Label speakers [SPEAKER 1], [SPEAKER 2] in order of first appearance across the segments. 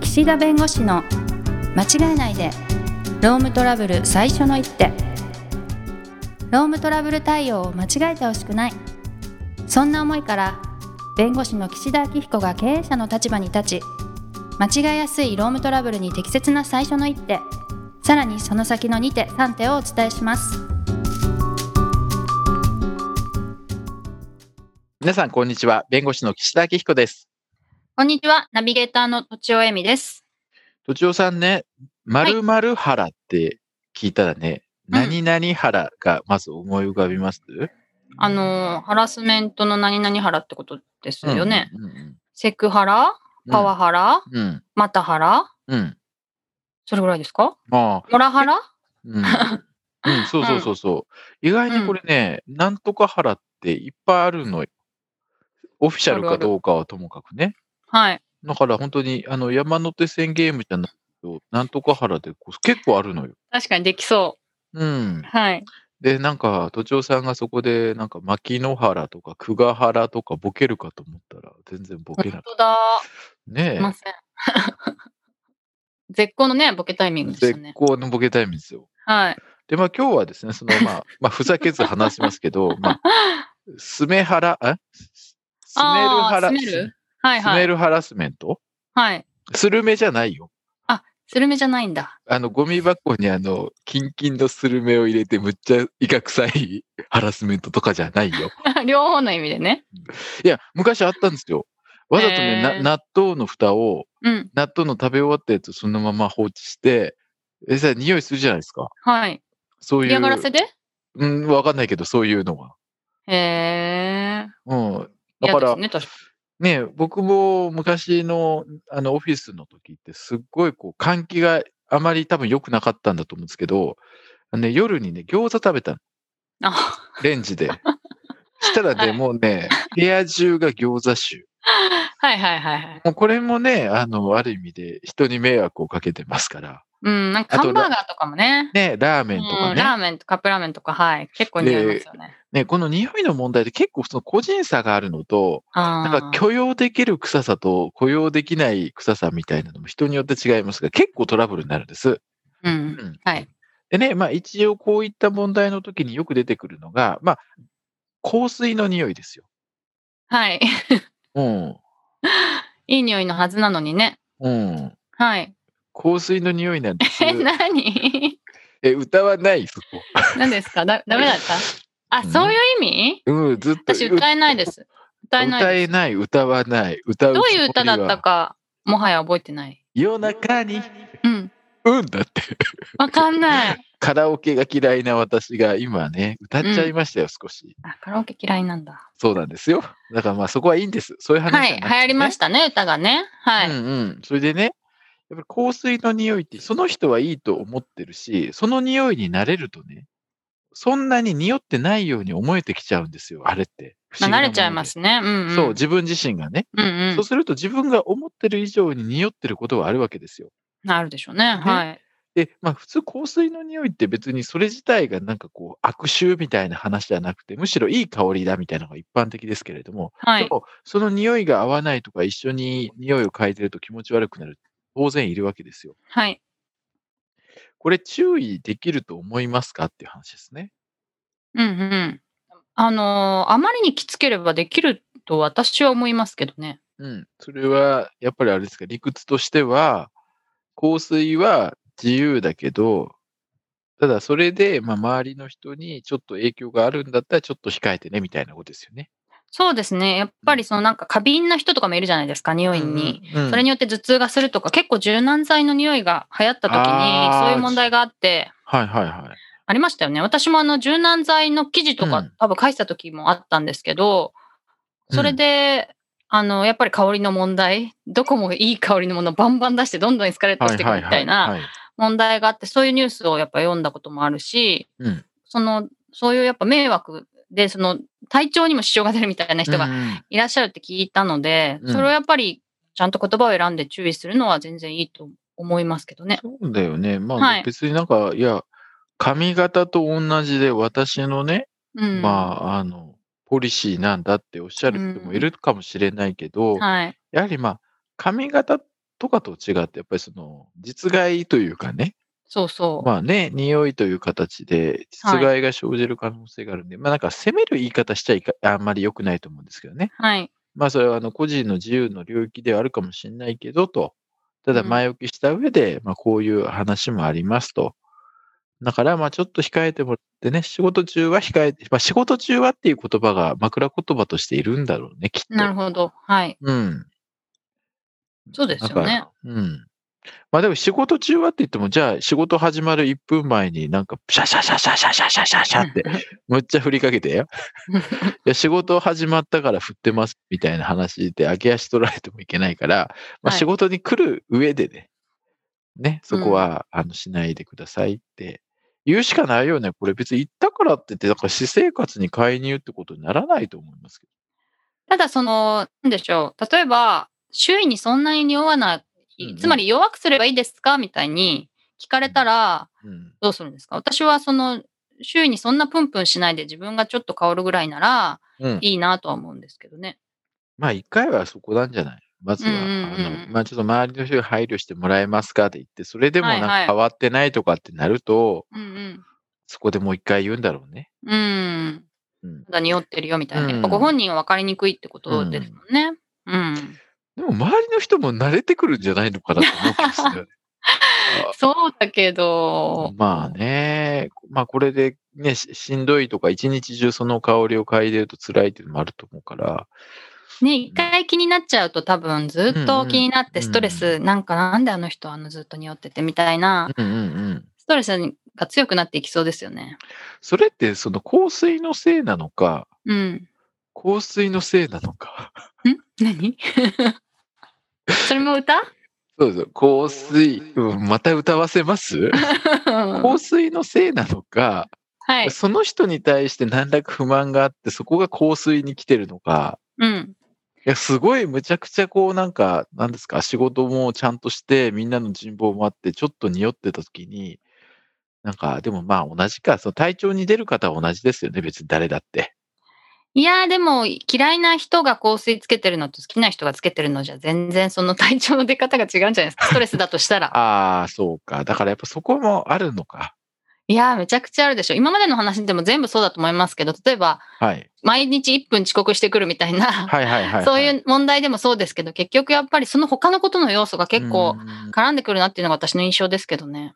[SPEAKER 1] 岸田弁護士の間違えないでロームトラブル最初の一手ロームトラブル対応を間違えてほしくないそんな思いから弁護士の岸田明彦が経営者の立場に立ち間違えやすいロームトラブルに適切な最初の一手さらにその先の2手3手をお伝えします
[SPEAKER 2] 皆さん、こんにちは。弁護士の岸田明彦です。
[SPEAKER 1] こんにちはナビゲーターのとちおえみです
[SPEAKER 2] とちおさんね、まるまる原って聞いたらね、
[SPEAKER 1] うん
[SPEAKER 2] 何々原がまず思い浮かびます
[SPEAKER 1] あのーハラスメントの何々ハラってことですよね、。
[SPEAKER 2] うんうん
[SPEAKER 1] セクハラ
[SPEAKER 2] うん
[SPEAKER 1] パワハラ、
[SPEAKER 2] うん。
[SPEAKER 1] マタハラ
[SPEAKER 2] うん。
[SPEAKER 1] それぐらいですか
[SPEAKER 2] ああ、
[SPEAKER 1] モラハラ
[SPEAKER 2] うん。うん、そうそうそうそう。意外にこれね、なんとか原っていっぱいあるのよ。オフィシャルかどうかはともかくね。
[SPEAKER 1] はい。
[SPEAKER 2] だから本当に、あの、山手線ゲームじゃないけど、なんとか原でこう結構あるのよ。
[SPEAKER 1] 確かにできそ
[SPEAKER 2] うん
[SPEAKER 1] う。。はい。
[SPEAKER 2] で、なんか、都庁さんがそこで、なんか、牧之原とか、久我原とか、ボケるかと思ったら、全然ボケな
[SPEAKER 1] 本
[SPEAKER 2] く
[SPEAKER 1] 当だ。
[SPEAKER 2] ね
[SPEAKER 1] いません。絶好のね、ボケタイミン
[SPEAKER 2] え
[SPEAKER 1] グでした
[SPEAKER 2] 絶
[SPEAKER 1] ね。
[SPEAKER 2] 好のボケタイムですよ。
[SPEAKER 1] はい。
[SPEAKER 2] で、まあ、今日はですね、その、まあ、まあ、ふざけず話しますけど、まあ、スメハラ、えススメル
[SPEAKER 1] あ
[SPEAKER 2] ハ
[SPEAKER 1] ー
[SPEAKER 2] ラ、
[SPEAKER 1] スメルはい
[SPEAKER 2] スメ
[SPEAKER 1] はい。
[SPEAKER 2] ルハラスメント
[SPEAKER 1] はい。
[SPEAKER 2] スルメじゃないよ。
[SPEAKER 1] スルメじゃないんだ。
[SPEAKER 2] あの、ゴミ箱に、あの、キンキンのスルメを入れて、むっちゃ威嚇臭い ハラスメントとかじゃないよ。
[SPEAKER 1] 両方の意味でね。
[SPEAKER 2] いや、昔あったんですよ。わざとね、
[SPEAKER 1] へ
[SPEAKER 2] な
[SPEAKER 1] ー
[SPEAKER 2] 納豆の蓋を、
[SPEAKER 1] うん。
[SPEAKER 2] 納豆の食べ終わったやつをそのまま放置して、えさ、匂いするじゃないですか。
[SPEAKER 1] はい。
[SPEAKER 2] そういう。
[SPEAKER 1] 嫌がらせで
[SPEAKER 2] うん、わかんないけど、そういうのが。
[SPEAKER 1] へえ。
[SPEAKER 2] うん。だ
[SPEAKER 1] 嫌
[SPEAKER 2] か
[SPEAKER 1] です
[SPEAKER 2] ら、
[SPEAKER 1] ね、確か
[SPEAKER 2] ね、僕も昔の、あの、オフィスの時って、すっごい、こう、換気があまり多分良くなかったんだと思うんですけど、あのね、夜にね、餃子食べたの。
[SPEAKER 1] に。あ、
[SPEAKER 2] レンジ で。したらね、
[SPEAKER 1] はい
[SPEAKER 2] もうね、部屋中が餃子臭。
[SPEAKER 1] はいはいはいはい。
[SPEAKER 2] もうこれもね、あの、ある意味で人に迷惑をかけてますから。
[SPEAKER 1] うん、なんか
[SPEAKER 2] あ
[SPEAKER 1] ハ
[SPEAKER 2] と
[SPEAKER 1] ンバーガーとかもね。
[SPEAKER 2] ね、ラーメンと
[SPEAKER 1] う
[SPEAKER 2] か
[SPEAKER 1] ん、
[SPEAKER 2] ね。
[SPEAKER 1] ラーメンとカップラーメンとか、はい。結構似合いますよね。
[SPEAKER 2] ね、この匂いの問題で結構その個人差があるのと、
[SPEAKER 1] あ
[SPEAKER 2] なんか
[SPEAKER 1] ー
[SPEAKER 2] 許容できる臭さと許容できない臭さみたいなのも人によって違いますが、結構トラブルになるんです。う
[SPEAKER 1] うん
[SPEAKER 2] ん
[SPEAKER 1] はい。
[SPEAKER 2] でね、まあ一応こういった問題の時によく出てくるのが、まあ、香水の匂いですよ。
[SPEAKER 1] はい。
[SPEAKER 2] うん。
[SPEAKER 1] いい匂いのはずなのにね。
[SPEAKER 2] うん。
[SPEAKER 1] はい。
[SPEAKER 2] 香水の匂いなんです。
[SPEAKER 1] え、 何
[SPEAKER 2] え、歌わないそこ。
[SPEAKER 1] 何ですかだダメだったあ、
[SPEAKER 2] うん
[SPEAKER 1] そういう意味
[SPEAKER 2] うん、ずっと。。
[SPEAKER 1] 私歌えないですす。歌えない
[SPEAKER 2] 歌
[SPEAKER 1] で
[SPEAKER 2] えない、歌わない、歌う
[SPEAKER 1] す。どういう
[SPEAKER 2] つも
[SPEAKER 1] 歌
[SPEAKER 2] りは
[SPEAKER 1] だったか、もはや覚えてない。
[SPEAKER 2] 夜中に、
[SPEAKER 1] うん。
[SPEAKER 2] うんだって。
[SPEAKER 1] わかんない。
[SPEAKER 2] カラオケが嫌いな私が今ね、歌っちゃいましたよ、少し。
[SPEAKER 1] あ、カラオケ嫌いなんだ。
[SPEAKER 2] そうなんですよ。だからまあそこはいいんです。そういう話じゃ
[SPEAKER 1] は。
[SPEAKER 2] ないくて
[SPEAKER 1] 流
[SPEAKER 2] ね
[SPEAKER 1] 行りましたね、歌がね。は
[SPEAKER 2] う
[SPEAKER 1] い。
[SPEAKER 2] んうん。それでね、やっぱり香水の匂いってその人はいいと思ってるし、その匂いに慣れるとね、そんなに匂ってないように思えてきちゃうんですよ、あれって。不
[SPEAKER 1] ま
[SPEAKER 2] 思
[SPEAKER 1] あ
[SPEAKER 2] 議なもの
[SPEAKER 1] 慣れ
[SPEAKER 2] で
[SPEAKER 1] ちゃいま。すね。うんうん。
[SPEAKER 2] そう、自分自身がね。
[SPEAKER 1] うんう
[SPEAKER 2] そうすると自分が思ってる以上に匂ってることはあるわけですよ。
[SPEAKER 1] ん。あるでしょうね。はい。
[SPEAKER 2] で、まあ普通香水の匂いって別にそれ自体がなんかこう悪臭みたいな話じゃなくて、むしろいい香りだみたいなのが一般的ですけれども、
[SPEAKER 1] はい
[SPEAKER 2] で。もその匂いが合わないとか一緒に匂いを嗅いでると気持ち悪くなる、当然いるわけですよ。
[SPEAKER 1] はい。
[SPEAKER 2] これ注意できると思いますかっていう話ですね。
[SPEAKER 1] うんうん。あのーあまりにきつければできると私は思いますけどね。
[SPEAKER 2] うん。それはやっぱりあれですか、理屈としては、香水は自由だけど、ただそれで、まあ、周りの人にちょっと影響があるんだったらちょっと控えてねみたいなことですよね。
[SPEAKER 1] そうですね。やっぱりそのなんか過敏な人とかもいるじゃないですか、匂いに。
[SPEAKER 2] うん、うん
[SPEAKER 1] それによって頭痛がするとか、結構柔軟剤の匂いが流行った時
[SPEAKER 2] あ
[SPEAKER 1] に
[SPEAKER 2] ー
[SPEAKER 1] そういう問題があって、
[SPEAKER 2] はいはいはい。
[SPEAKER 1] ありましたよね。私もあの柔軟剤の記事とか、
[SPEAKER 2] うん
[SPEAKER 1] 多分書いてた時もあったんですけど、それで、あの、やっぱり香りの問題、どこもいい香りのものをバンバン出してどんどんエスカレートしていくみたいな
[SPEAKER 2] はいはい
[SPEAKER 1] 問題があって、そういうニュースをやっぱ読んだこともあるし、
[SPEAKER 2] うん
[SPEAKER 1] その、そういうやっぱ迷惑で、その体調にも支障が出るみたいな人が
[SPEAKER 2] うん
[SPEAKER 1] いらっしゃるって聞いたので、
[SPEAKER 2] うん
[SPEAKER 1] それはやっぱりちゃんと言葉を選んで注意するのは全然いいと思いますけどね。
[SPEAKER 2] そうだよね。まあ、
[SPEAKER 1] はい
[SPEAKER 2] 別になんか、いや、髪型と同じで私のね、
[SPEAKER 1] うん、
[SPEAKER 2] まあ、あの、ポリシーなんだっておっしゃる人もいるかもしれないけど、
[SPEAKER 1] はい。
[SPEAKER 2] やはりまあ、髪型とかと違って、やっぱりその、実害というかね、
[SPEAKER 1] そうそう。
[SPEAKER 2] まあね、匂いという形で、
[SPEAKER 1] はい
[SPEAKER 2] 実害が生じる可能性があるんで、まあなんか責める言い方しちゃいかあんまり良くないと思うんですけどね。
[SPEAKER 1] はい。
[SPEAKER 2] まあそれはあの個人の自由の領域ではあるかもしれないけどと、ただ
[SPEAKER 1] うん
[SPEAKER 2] 前置きした上で、まあこういう話もありますと。だからまあちょっと控えてもらってね、仕事中は控えて、まあ仕事中はっていう言葉が枕言葉としているんだろうね、きっと。
[SPEAKER 1] なるほど。はい。
[SPEAKER 2] うん。
[SPEAKER 1] そうですよね。
[SPEAKER 2] なんかうん。まあでも仕事中はって言っても、じゃあ仕事始まる1分前になんか、シャシャシャシャシャシャシャシャシャって、むっちゃ振りかけ てよ。いや仕事始まったから振ってますみたいな話で、揚げ足取られてもいけないから、まあ、
[SPEAKER 1] はい
[SPEAKER 2] 仕事に来る上でね、ね、そこは、あのしないでくださいって言うしかないよね。これ別に言ったからって言って、だから私生活に介入ってことにならないと思いますけ
[SPEAKER 1] ただ、その、なんでしょう。例えば、周囲にそんなに匂わな
[SPEAKER 2] うんう
[SPEAKER 1] い、
[SPEAKER 2] ん
[SPEAKER 1] つまり弱くすればいいですかみたいに聞かれたら、
[SPEAKER 2] ど。うん。
[SPEAKER 1] どうするんですか私は、その、周囲にそんなプンプンしないで自分がちょっと香るぐらいなら
[SPEAKER 2] うん。
[SPEAKER 1] いいなとは思うんですけどね。
[SPEAKER 2] まあ一回はそこなんじゃないまずは、
[SPEAKER 1] うんうんうん
[SPEAKER 2] あの、まあちょっと周りの人に配慮してもらえますかって言って、それでもなん
[SPEAKER 1] はいは
[SPEAKER 2] か
[SPEAKER 1] い
[SPEAKER 2] 変わってないとかってなると、
[SPEAKER 1] うん
[SPEAKER 2] そこでもう一回言うんだろうね。
[SPEAKER 1] うん。うん。
[SPEAKER 2] うん。
[SPEAKER 1] まだ匂ってるよみたいな。やっぱ
[SPEAKER 2] うん
[SPEAKER 1] ご本人は分かりにくいってことですもんね。うん。
[SPEAKER 2] でも周りの人も慣れてくるんじゃないのかなと思うんです よね。
[SPEAKER 1] そうだけど。
[SPEAKER 2] まあね、まあこれでね、ししんどいとか、一日中その香りを嗅いでると辛いっていうのもあると思うから、
[SPEAKER 1] ね、一回気になっちゃうと多分ずっと気にな
[SPEAKER 2] う
[SPEAKER 1] っ
[SPEAKER 2] んうん
[SPEAKER 1] てストレス、なんかなんであの人あのずっと匂っててみたいな、
[SPEAKER 2] うんうんうん。
[SPEAKER 1] ストレスが強くなっていきそうですよね。
[SPEAKER 2] それってその香水のせいなのか、
[SPEAKER 1] うん。
[SPEAKER 2] 香水のせいなのか。
[SPEAKER 1] 何 それも 歌
[SPEAKER 2] そうそう、香水、うんまた歌わせます香水のせいなのか、
[SPEAKER 1] はい。
[SPEAKER 2] その人に対して何らか不満があって、そこが香水に来てるのか、
[SPEAKER 1] うん。
[SPEAKER 2] いや、すごい、むちゃくちゃ、こう、なんか、なんですか、仕事もちゃんとして、みんなの人望もあって、ちょっと匂ってた時に、なんか、でもまあ、同じか、その体調に出る方は同じですよね、別に誰だって。
[SPEAKER 1] いやーでも嫌いな人が香水つけてるのと好きな人がつけてるのじゃ全然その体調の出方が違うんじゃない ですか。ストレスだとしたら。
[SPEAKER 2] ああ、そうか。だからやっぱそこもあるのか。
[SPEAKER 1] いやーめちゃくちゃあるでしょ。今までの話でも全部そうだと思いますけど、例えば
[SPEAKER 2] はい。
[SPEAKER 1] 毎日1分遅刻してくるみたいな
[SPEAKER 2] はいはいはい、
[SPEAKER 1] そういう問題でもそうですけど、結局やっぱりその他のことの要素が結構
[SPEAKER 2] うん
[SPEAKER 1] 絡んでくるなっていうのが私の印象ですけどね。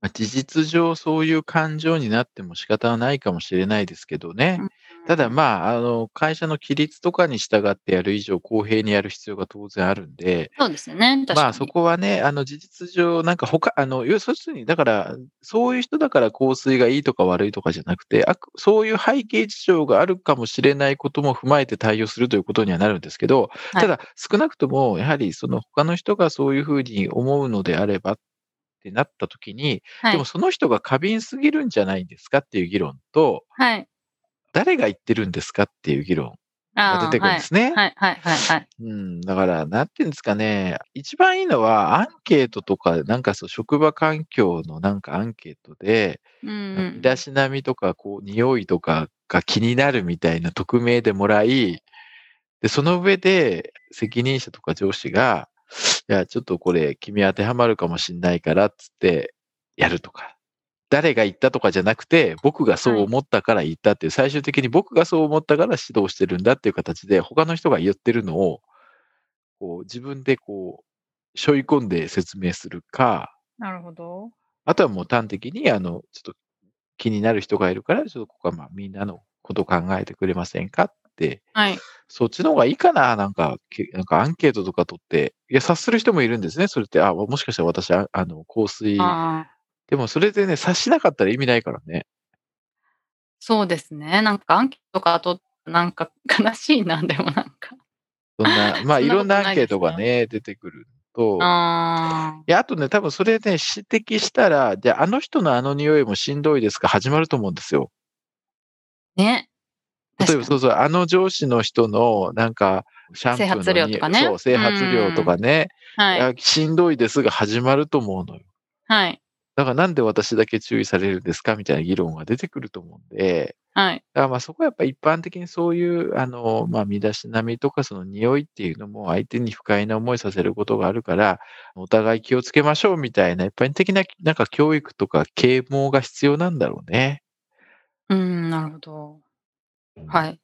[SPEAKER 2] まあ事実上、そういう感情になっても仕方はないかもしれないですけどね。ただまあ、あの、会社の規律とかに従ってやる以上、公平にやる必要が当然あるんで、
[SPEAKER 1] そうですよね。確かに。
[SPEAKER 2] まあそこはね、あの事実上、なんか他、あの、要するに、だから、そういう人だから香水がいいとか悪いとかじゃなくて、あくそういう背景事情があるかもしれないことも踏まえて対応するということにはなるんですけど、
[SPEAKER 1] はい
[SPEAKER 2] ただ、少なくとも、やはりその他の人がそういうふうに思うのであればってなった時に、
[SPEAKER 1] はい
[SPEAKER 2] でもその人が過敏すぎるんじゃないんですかっていう議論と、
[SPEAKER 1] はい。
[SPEAKER 2] 誰が言ってるんですかっていう議論
[SPEAKER 1] あ
[SPEAKER 2] が
[SPEAKER 1] あ
[SPEAKER 2] 出てくるんですね。
[SPEAKER 1] はいはいはいはいはい。
[SPEAKER 2] うん、だから、なんていうんですかね、一番いいのは、アンケートとか、なんかそう、職場環境のなんかアンケートで、
[SPEAKER 1] うん
[SPEAKER 2] 身だしなみとか、こう、匂いとかが気になるみたいな匿名でもらい、で、その上で、責任者とか上司が、いや、ちょっとこれ、君当てはまるかもしんないから、つって、やるとか。誰が言ったとかじゃなくて、僕がそう思ったから言ったっていう、最終的に僕がそう思ったから指導してるんだっていう形で、他の人が言ってるのを、こう、自分でこう、背負い込んで説明するか、
[SPEAKER 1] なるほど。
[SPEAKER 2] あとはもう端的に、あの、ちょっと気になる人がいるから、ちょっとここはまあみんなのことを考えてくれませんかって、
[SPEAKER 1] はい。
[SPEAKER 2] そっちの方がいいかななんか、けなんかアンケートとか取って、いや、察する人もいるんですね。それって、あ、もしかしたら私、ああの、香水。
[SPEAKER 1] ああ
[SPEAKER 2] でもそれでね、察しなかったら意味ないからね。
[SPEAKER 1] そうですね。なんかアンケートとかと、なんか悲しいな、でもなんか。
[SPEAKER 2] そ んな、まあ
[SPEAKER 1] そん
[SPEAKER 2] い
[SPEAKER 1] なこと
[SPEAKER 2] ろんなア
[SPEAKER 1] な
[SPEAKER 2] ン
[SPEAKER 1] い
[SPEAKER 2] ケー
[SPEAKER 1] ですね
[SPEAKER 2] トがね、出てくると、
[SPEAKER 1] あ
[SPEAKER 2] いや、あとね、多分それね、指摘したら、じゃあ、あの人のあの匂いもしんどいですか始まると思うんですよ。
[SPEAKER 1] あ。ね。
[SPEAKER 2] 例えば、
[SPEAKER 1] 確か
[SPEAKER 2] そうそう、あの上司の人の、なんか、シャンプーの
[SPEAKER 1] 整髪量とかね
[SPEAKER 2] そう、整髪量とかね、
[SPEAKER 1] にはいい。
[SPEAKER 2] やしんどいですが始まると思うのよ。
[SPEAKER 1] はい。
[SPEAKER 2] だからなんで私だけ注意されるんですかみたいな議論が出てくると思うんで、
[SPEAKER 1] はい。
[SPEAKER 2] だからまあそこはやっぱ一般的にそういう、あの、まあ身だしなみとかその匂いっていうのも相手に不快な思いさせることがあるから、お互い気をつけましょうみたいな一般的ななんか教育とか啓蒙が必要なんだろうね。
[SPEAKER 1] うん、なるほど。はい。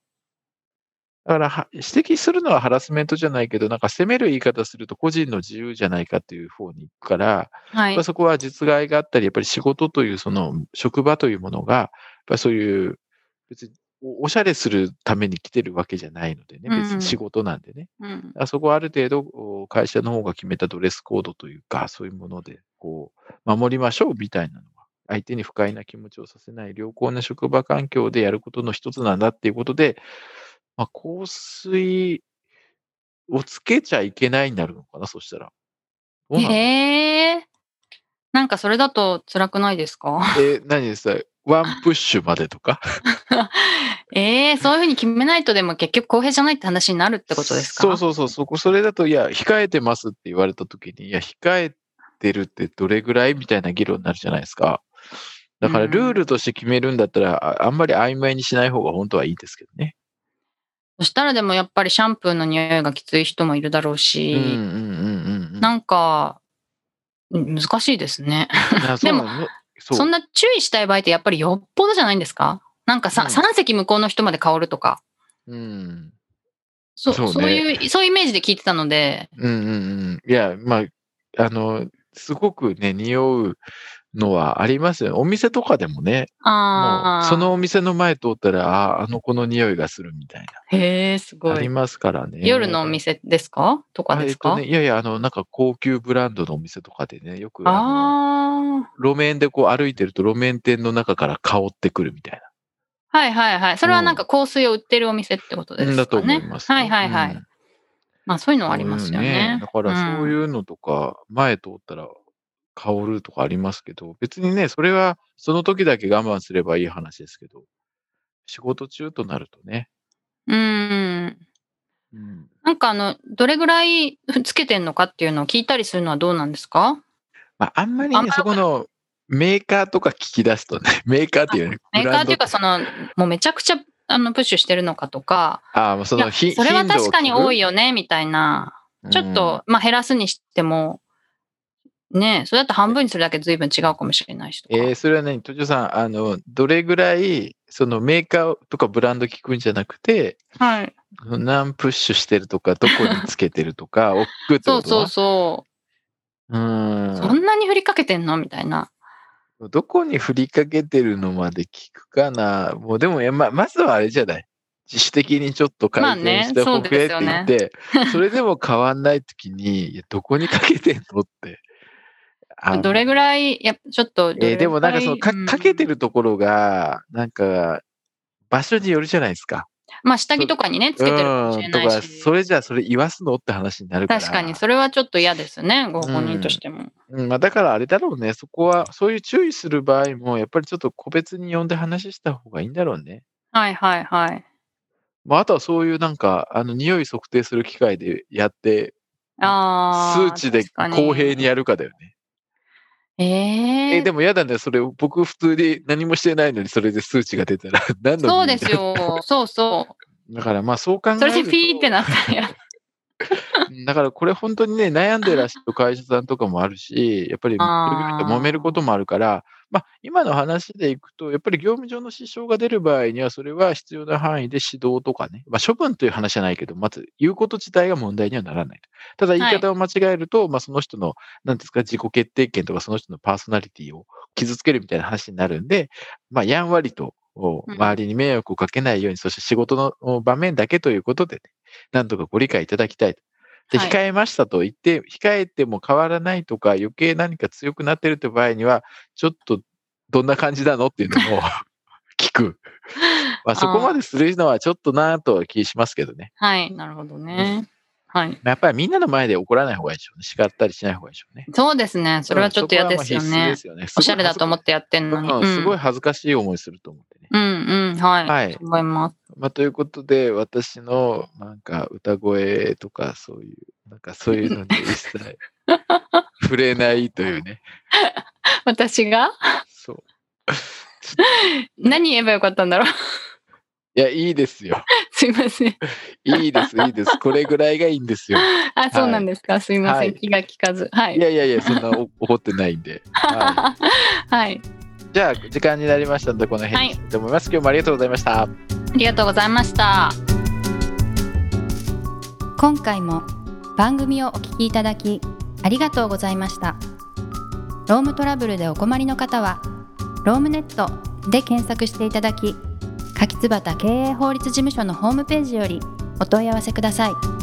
[SPEAKER 2] だからは指摘するのはハラスメントじゃないけど、なんか責める言い方すると個人の自由じゃないかっていう方に行くから、
[SPEAKER 1] はい
[SPEAKER 2] やっぱ。そこは実害があったり、やっぱり仕事という、その職場というものが、やっぱりそういう、別におおしゃれするために来てるわけじゃないのでね、別
[SPEAKER 1] うん
[SPEAKER 2] に仕事なんでね。
[SPEAKER 1] うん。
[SPEAKER 2] あそこはある程度、お会社の方が決めたドレスコードというか、そういうもので、こう、守りましょうみたいなのは、相手に不快な気持ちをさせない良好な職場環境でやることの一つなんだっていうことで、まあ、香水をつけちゃいけないになるのかな、そしたら。どうなんだろう
[SPEAKER 1] へえ。なんかそれだと辛くないですか
[SPEAKER 2] えー、何ですかワンプッシュまでとか
[SPEAKER 1] ええそういうふうに決めないとでも結局公平じゃないって話になるってことですか
[SPEAKER 2] そうそうそう、そこ、それだと、いや、控えてますって言われたときに、いや、控えてるってどれぐらいみたいな議論になるじゃないですか。だから、
[SPEAKER 1] うん
[SPEAKER 2] ルールとして決めるんだったら、ああんまり曖昧にしない方が本当はいいですけどね。
[SPEAKER 1] そしたらでもやっぱりシャンプーの匂いがきつい人もいるだろうし、
[SPEAKER 2] うんうんうんうんうん。
[SPEAKER 1] なんかうん難しいですね。
[SPEAKER 2] あそうなのそ
[SPEAKER 1] そん
[SPEAKER 2] う。
[SPEAKER 1] な注意したい場合ってやっぱりよっぽどじゃないんですかなんかさ、
[SPEAKER 2] うん
[SPEAKER 1] 3席向こうの人まで香るとか
[SPEAKER 2] うん。
[SPEAKER 1] そ
[SPEAKER 2] そう
[SPEAKER 1] う
[SPEAKER 2] ね
[SPEAKER 1] そういうそういうイメージで聞いてたので
[SPEAKER 2] うんうんうん。いや、まあ、あの、すごくね、匂うのはありますよ。お店とかでもね、も
[SPEAKER 1] あ
[SPEAKER 2] う
[SPEAKER 1] あ
[SPEAKER 2] そのお店の前通ったら、ああ、あの子の匂いがするみたいな。
[SPEAKER 1] へえすご
[SPEAKER 2] あり
[SPEAKER 1] い
[SPEAKER 2] ますからね。
[SPEAKER 1] 夜のお店ですかとかです
[SPEAKER 2] あ
[SPEAKER 1] か、
[SPEAKER 2] えっとね、いやいや、あの、なんか高級ブランドのお店とかでね、よくあ
[SPEAKER 1] あ
[SPEAKER 2] の路面でこう歩いてると路面店の中から香ってくるみたい
[SPEAKER 1] あはいはいはいそれはなんか香水を売ってるお店ってこと
[SPEAKER 2] な。
[SPEAKER 1] ですかね
[SPEAKER 2] だと思いますよ。
[SPEAKER 1] はいはいはい
[SPEAKER 2] うん
[SPEAKER 1] まあそういうのはありますよね
[SPEAKER 2] だからそう
[SPEAKER 1] う
[SPEAKER 2] いうのとか、前通ったら香るとかありますけど、別にね、それはその時だけ我慢すればいい話ですけど、仕事中となるとね。
[SPEAKER 1] ん、うん、
[SPEAKER 2] うん
[SPEAKER 1] なんかあのどれぐらいつけてんのかっていうのを聞いたりするのはどうなんですか
[SPEAKER 2] まあ、あんまり
[SPEAKER 1] あん
[SPEAKER 2] ね、
[SPEAKER 1] ま
[SPEAKER 2] そこのメーカーとか聞き出すとね、メーカーっていうね、
[SPEAKER 1] メーカーってい
[SPEAKER 2] ブラ
[SPEAKER 1] うか
[SPEAKER 2] ン
[SPEAKER 1] そのもうめちゃくちゃあのプッシュしてるのかとか
[SPEAKER 2] ドあーまあ、そ
[SPEAKER 1] い
[SPEAKER 2] の
[SPEAKER 1] や
[SPEAKER 2] ひ
[SPEAKER 1] それは
[SPEAKER 2] 頻度を
[SPEAKER 1] 確かに多い
[SPEAKER 2] 聞
[SPEAKER 1] よねみたいな
[SPEAKER 2] く
[SPEAKER 1] ちょっと、まあ減らすにしてもねえそれだと半分にするだけ随分違うかもしれないしとか、
[SPEAKER 2] うんえーそれはね、都庁さん、あの、どれぐらい、そのメーカーとかブランド聞くんじゃなくて、
[SPEAKER 1] はい、
[SPEAKER 2] 何プッシュしてるとか、どこにつけてると か、置くって
[SPEAKER 1] そ
[SPEAKER 2] こ
[SPEAKER 1] う
[SPEAKER 2] と
[SPEAKER 1] そ
[SPEAKER 2] は
[SPEAKER 1] うそう
[SPEAKER 2] ー
[SPEAKER 1] う、
[SPEAKER 2] ん
[SPEAKER 1] そんなに振りかけてんのみたいな
[SPEAKER 2] どこに振りかけてるのまで聞くかな。もうでも、いやままずはあれじゃない。自主的にちょっと改善して
[SPEAKER 1] まあ
[SPEAKER 2] お
[SPEAKER 1] ね
[SPEAKER 2] くれって
[SPEAKER 1] そうですよ
[SPEAKER 2] 言
[SPEAKER 1] ね
[SPEAKER 2] っ て、それでも変わんないときに、いやどこにかけてんのって。あの
[SPEAKER 1] どれぐらいやちょっとどれぐら
[SPEAKER 2] え
[SPEAKER 1] い
[SPEAKER 2] ーでもなんかそのかかけて
[SPEAKER 1] うん
[SPEAKER 2] るところが、なんか場所によるじゃないですか。
[SPEAKER 1] まあ下着とかにねつけてるかもし
[SPEAKER 2] う
[SPEAKER 1] れ
[SPEAKER 2] んと
[SPEAKER 1] ない
[SPEAKER 2] か、
[SPEAKER 1] し
[SPEAKER 2] それじゃあそれ言わすのって話になるから。
[SPEAKER 1] 確かにそれはちょっと嫌ですねご本人としても、
[SPEAKER 2] うんまあ、だからあれだろうね、そこは、そういう注意する場合も、やっぱりちょっと個別に呼んで話した方がいいんだろうね。
[SPEAKER 1] はいはいはい
[SPEAKER 2] まあ、あとはそういうなんか、あの、匂い測定する機械でやって、
[SPEAKER 1] あ
[SPEAKER 2] 数
[SPEAKER 1] ー
[SPEAKER 2] 値で
[SPEAKER 1] 確かに
[SPEAKER 2] 公平にやるかだよね。
[SPEAKER 1] え
[SPEAKER 2] え
[SPEAKER 1] え
[SPEAKER 2] ーでも嫌だね、それ、僕普通に何もしてないのに、それで数値が出たら、 何の
[SPEAKER 1] そう
[SPEAKER 2] 意
[SPEAKER 1] で
[SPEAKER 2] 味
[SPEAKER 1] すよ。そ うそ
[SPEAKER 2] だからまあそう考え
[SPEAKER 1] う。
[SPEAKER 2] る
[SPEAKER 1] そ
[SPEAKER 2] と。
[SPEAKER 1] れでピーってなったらやだ。
[SPEAKER 2] うんだからこれ本当にね、悩んでらっしゃる会社さんとかもある し、やっぱり
[SPEAKER 1] あー
[SPEAKER 2] 揉めることもあるから、まあ今の話でいくと、やっぱり業務上の支障が出る場合には、それは必要な範囲で指導とかね、まあ処分という話じゃないけど、まず言うこと自体が問題にはならない。ただ言い
[SPEAKER 1] はい
[SPEAKER 2] 方を間違えると、まあその人の、なんですか、自己決定権とかその人のパーソナリティを傷つけるみたいな話になるんで、まあやんわりと、お
[SPEAKER 1] うん
[SPEAKER 2] 周りに迷惑をかけないように、そして仕事のお場面だけということでね、なんとかご理解いただきたいと。で、
[SPEAKER 1] はい
[SPEAKER 2] 控えましたと言って、控えても変わらないとか、余計何か強くなってるって場合には、ちょっとどんな感じなのっていうのを 聞く。まあ、そこまでするのはちょっとなぁとは気しますけどね。
[SPEAKER 1] はい、なるほどね。はい。
[SPEAKER 2] まあやっぱりみんなの前で怒らない方がいいでしょうね。叱ったりしない方がいいでしょうね。
[SPEAKER 1] そうですね。それはちょっと嫌ですよ
[SPEAKER 2] そこはまあ必須
[SPEAKER 1] ね
[SPEAKER 2] で。すよね。
[SPEAKER 1] おしゃれだと思ってやってんのに。
[SPEAKER 2] うん、すご
[SPEAKER 1] い。
[SPEAKER 2] い恥ずかしい思いすると思ってね。
[SPEAKER 1] うんうん、はい。
[SPEAKER 2] はい
[SPEAKER 1] 思います。
[SPEAKER 2] まあ、ということで、私のなんか歌声とかそういう、なんかそういうのに一切触れないというね。
[SPEAKER 1] 私が
[SPEAKER 2] そう。
[SPEAKER 1] 何言えばよかったんだろう。
[SPEAKER 2] いや、いいですよ。
[SPEAKER 1] すいません。
[SPEAKER 2] いいです、いいです。これぐらいがいいんですよ。
[SPEAKER 1] あ、そうなんですか。すいません。
[SPEAKER 2] はい
[SPEAKER 1] 気が利かず。はいい。
[SPEAKER 2] やいやいや、そんなお怒ってないんで。は
[SPEAKER 1] はい。
[SPEAKER 2] い、じゃあ、時間になりましたので、この辺にしたいと思います。今日もありがとうございました。
[SPEAKER 1] ありがとうございました。
[SPEAKER 3] 今回も番組をお聞きいただきありがとうございましたロームトラブルでお困りの方はロームネットで検索していただき柿椿経営法律事務所のホームページよりお問い合わせください